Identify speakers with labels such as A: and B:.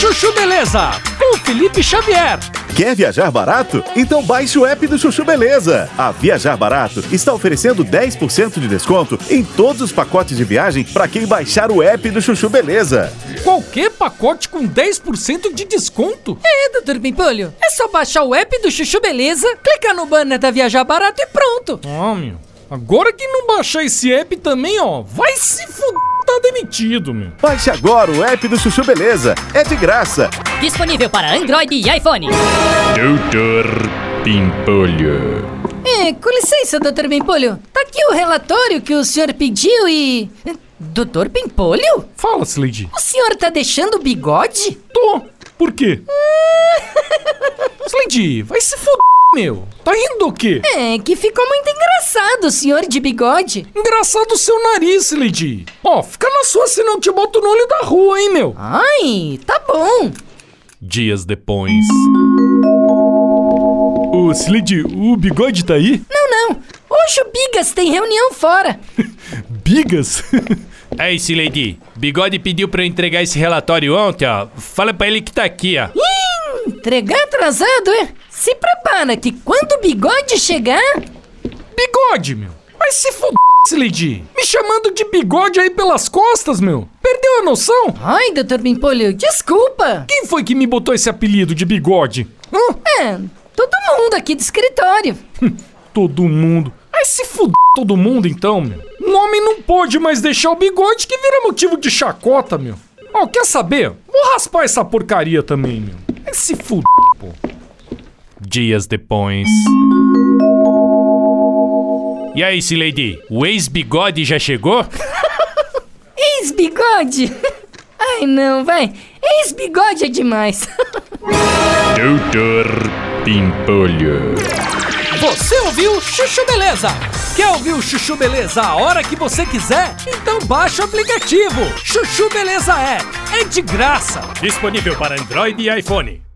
A: Chuchu Beleza, com Felipe Xavier.
B: Quer viajar barato? Então baixe o app do Chuchu Beleza. A Viajar Barato está oferecendo 10% de desconto em todos os pacotes de viagem para quem baixar o app do Chuchu Beleza.
A: Qualquer pacote com 10% de desconto?
C: É, doutor Pimpolho, é só baixar o app do Chuchu Beleza, clicar no banner da Viajar Barato e pronto.
A: Ah, meu. Agora que não baixar esse app também, ó, vai se fuder, tá demitido, meu.
B: Baixe agora o app do Chuchu Beleza. É de graça.
D: Disponível para Android e iPhone.
E: Doutor Pimpolho.
C: É, com licença, doutor Pimpolho. Tá aqui o relatório que o senhor pediu e... Doutor Pimpolho?
A: Fala, Slade.
C: O senhor tá deixando o bigode?
A: Tô. Por quê? Slade, vai se fuder, meu. Tá rindo o quê?
C: É, que ficou muito engraçado o senhor de bigode.
A: Engraçado o seu nariz, Lady. Ó, fica na sua, senão eu te boto no olho da rua, hein, meu.
C: Ai, tá bom.
E: Dias depois. Ô, Slade, o bigode tá aí?
C: Não, não. Hoje o Bigas tem reunião fora.
E: Bigas?
F: É isso, Lady. Bigode pediu pra eu entregar esse relatório ontem, ó. Fala pra ele que tá aqui, ó.
C: Ih, entregar atrasado, é? Se prepara que quando o bigode chegar.
A: Bigode, meu. Vai se fuder, Slade. Me chamando de bigode aí pelas costas, meu. Perdeu a noção?
C: Ai, doutor Bimpolho, desculpa.
A: Quem foi que me botou esse apelido de bigode? Hã?
C: É, todo mundo aqui do escritório.
A: Todo mundo. Vai se fuder todo mundo então, meu. Um homem não pode mais deixar o bigode que vira motivo de chacota, meu. Ó, quer saber? Vou raspar essa porcaria também, meu. Vai se fuder, pô.
E: Dias depois.
F: E aí, Lady? O ex-bigode já chegou?
C: Ex-bigode? Ai não, vai. Ex-bigode é demais.
E: Doutor Pimpolho.
A: Você ouviu Chuchu Beleza? Quer ouvir o Chuchu Beleza a hora que você quiser? Então baixa o aplicativo. Chuchu Beleza é. É de graça.
F: Disponível para Android e iPhone.